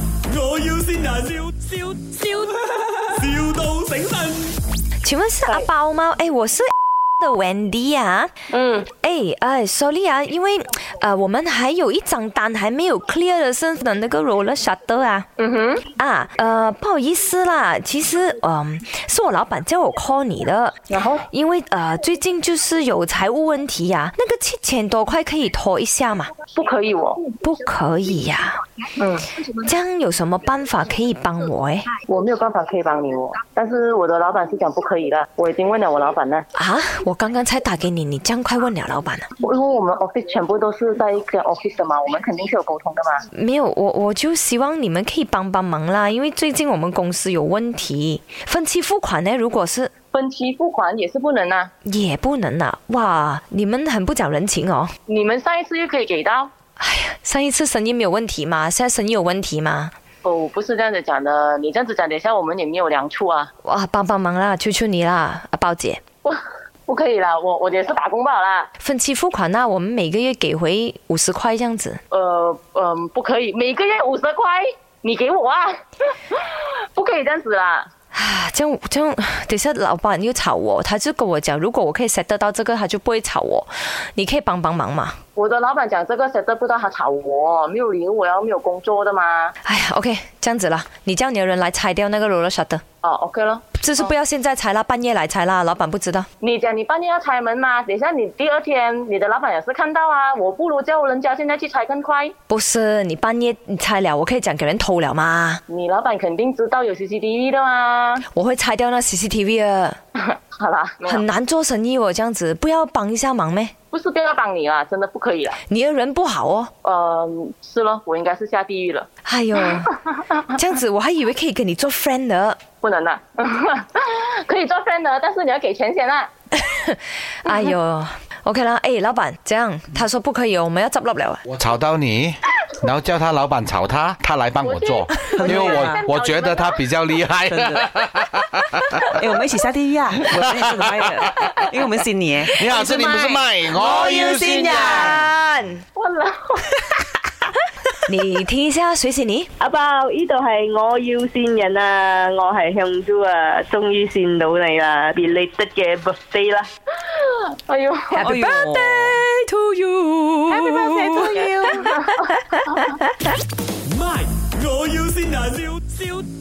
要先人，笑笑笑，,笑到醒神。请问是阿包吗？哎，我是 的 Wendy 啊。嗯，哎哎，sorry 啊，因为呃，我们还有一张单还没有 clear 的是的那个 roller shutter 啊。嗯哼。啊，呃，不好意思啦，其实嗯、是我老板叫我 call 你的。然后因为呃，最近就是有财务问题呀、那个七千多块可以拖一下嘛？不可以哦，不可以呀、嗯，这样有什么办法可以帮我诶？我没有办法可以帮你哦，但是我的老板是讲不可以的，我已经问了我老板了，啊，我刚刚才打给你，你这样快问了老板啊了、因为我们 office 全部都是在一间 office 的嘛，我们肯定是有沟通的嘛，没有，我我就希望你们可以帮帮忙啦，因为最近我们公司有问题，分期付款呢，如果是分期付款也是不能啊，也不能啊，哇，你们很不讲人情哦。你们上一次又可以给到，上一次生意没有问题嘛，现在生意有问题嘛，哦，不是这样子讲的，你这样子讲，等一下我们也没有良处啊， 哇，帮帮忙啦，求求你啦，啊，包姐，我不可以啦，我我也是打工罢了啦，分期付款啊啦，我们每个月给回五十块这样子。 呃嗯、不可以，每个月五十块，你给我啊， 不可以这样子啦。啊，这样这样，等一下老板又吵我，他就跟我讲，如果我可以 set 得到这个，他就不会吵我。你可以帮帮忙嘛？我的老板讲这个谁都不知道他炒我，没有理由我要没有工作的嘛。哎呀，OK，这样子啦，你叫你的人来拆掉那个 roller shutter，哦，OK 咯。就是不要现在拆啦，半夜来拆啦，老板不知道。你讲你半夜要拆门嘛，等一下你第二天你的老板也是看到啊，我不如叫人家现在去拆更快。不是你半夜你拆了，我可以讲给人偷了嘛？你老板肯定知道有 CCTV 的嘛。 我会拆掉那 CCTV 啊，好啦，没有很难做生意哦，这样子不要帮一下忙咩？不是不要帮你啊，真的不可以了。你的人不好哦。嗯，是咯，我应该是下地狱了，哎呦，这样子我还以为可以跟你做 friend 的。不能啦。 可以做 friend 的，但是你要给钱先啦。哎呦，OK 啦，哎，老板，这样他说不可以哦，我们要执笠了。我炒到你，然后叫他老板炒他，他来帮我做，因为我我觉得他比较厉害。真的。 哎、我们一起下地狱啊！我是你卖的，因为我们是你耶。你好，这里不是卖，我要新人。啊人，我老你听一下，谁是你？阿爆，呢度系我要線人啊，我係向珠啊，終於線到你啦，別你得嘅 buffet 啦， 哎呦，哎呦 birthday to you. Happy birthday to you. 咪，我要先人，笑笑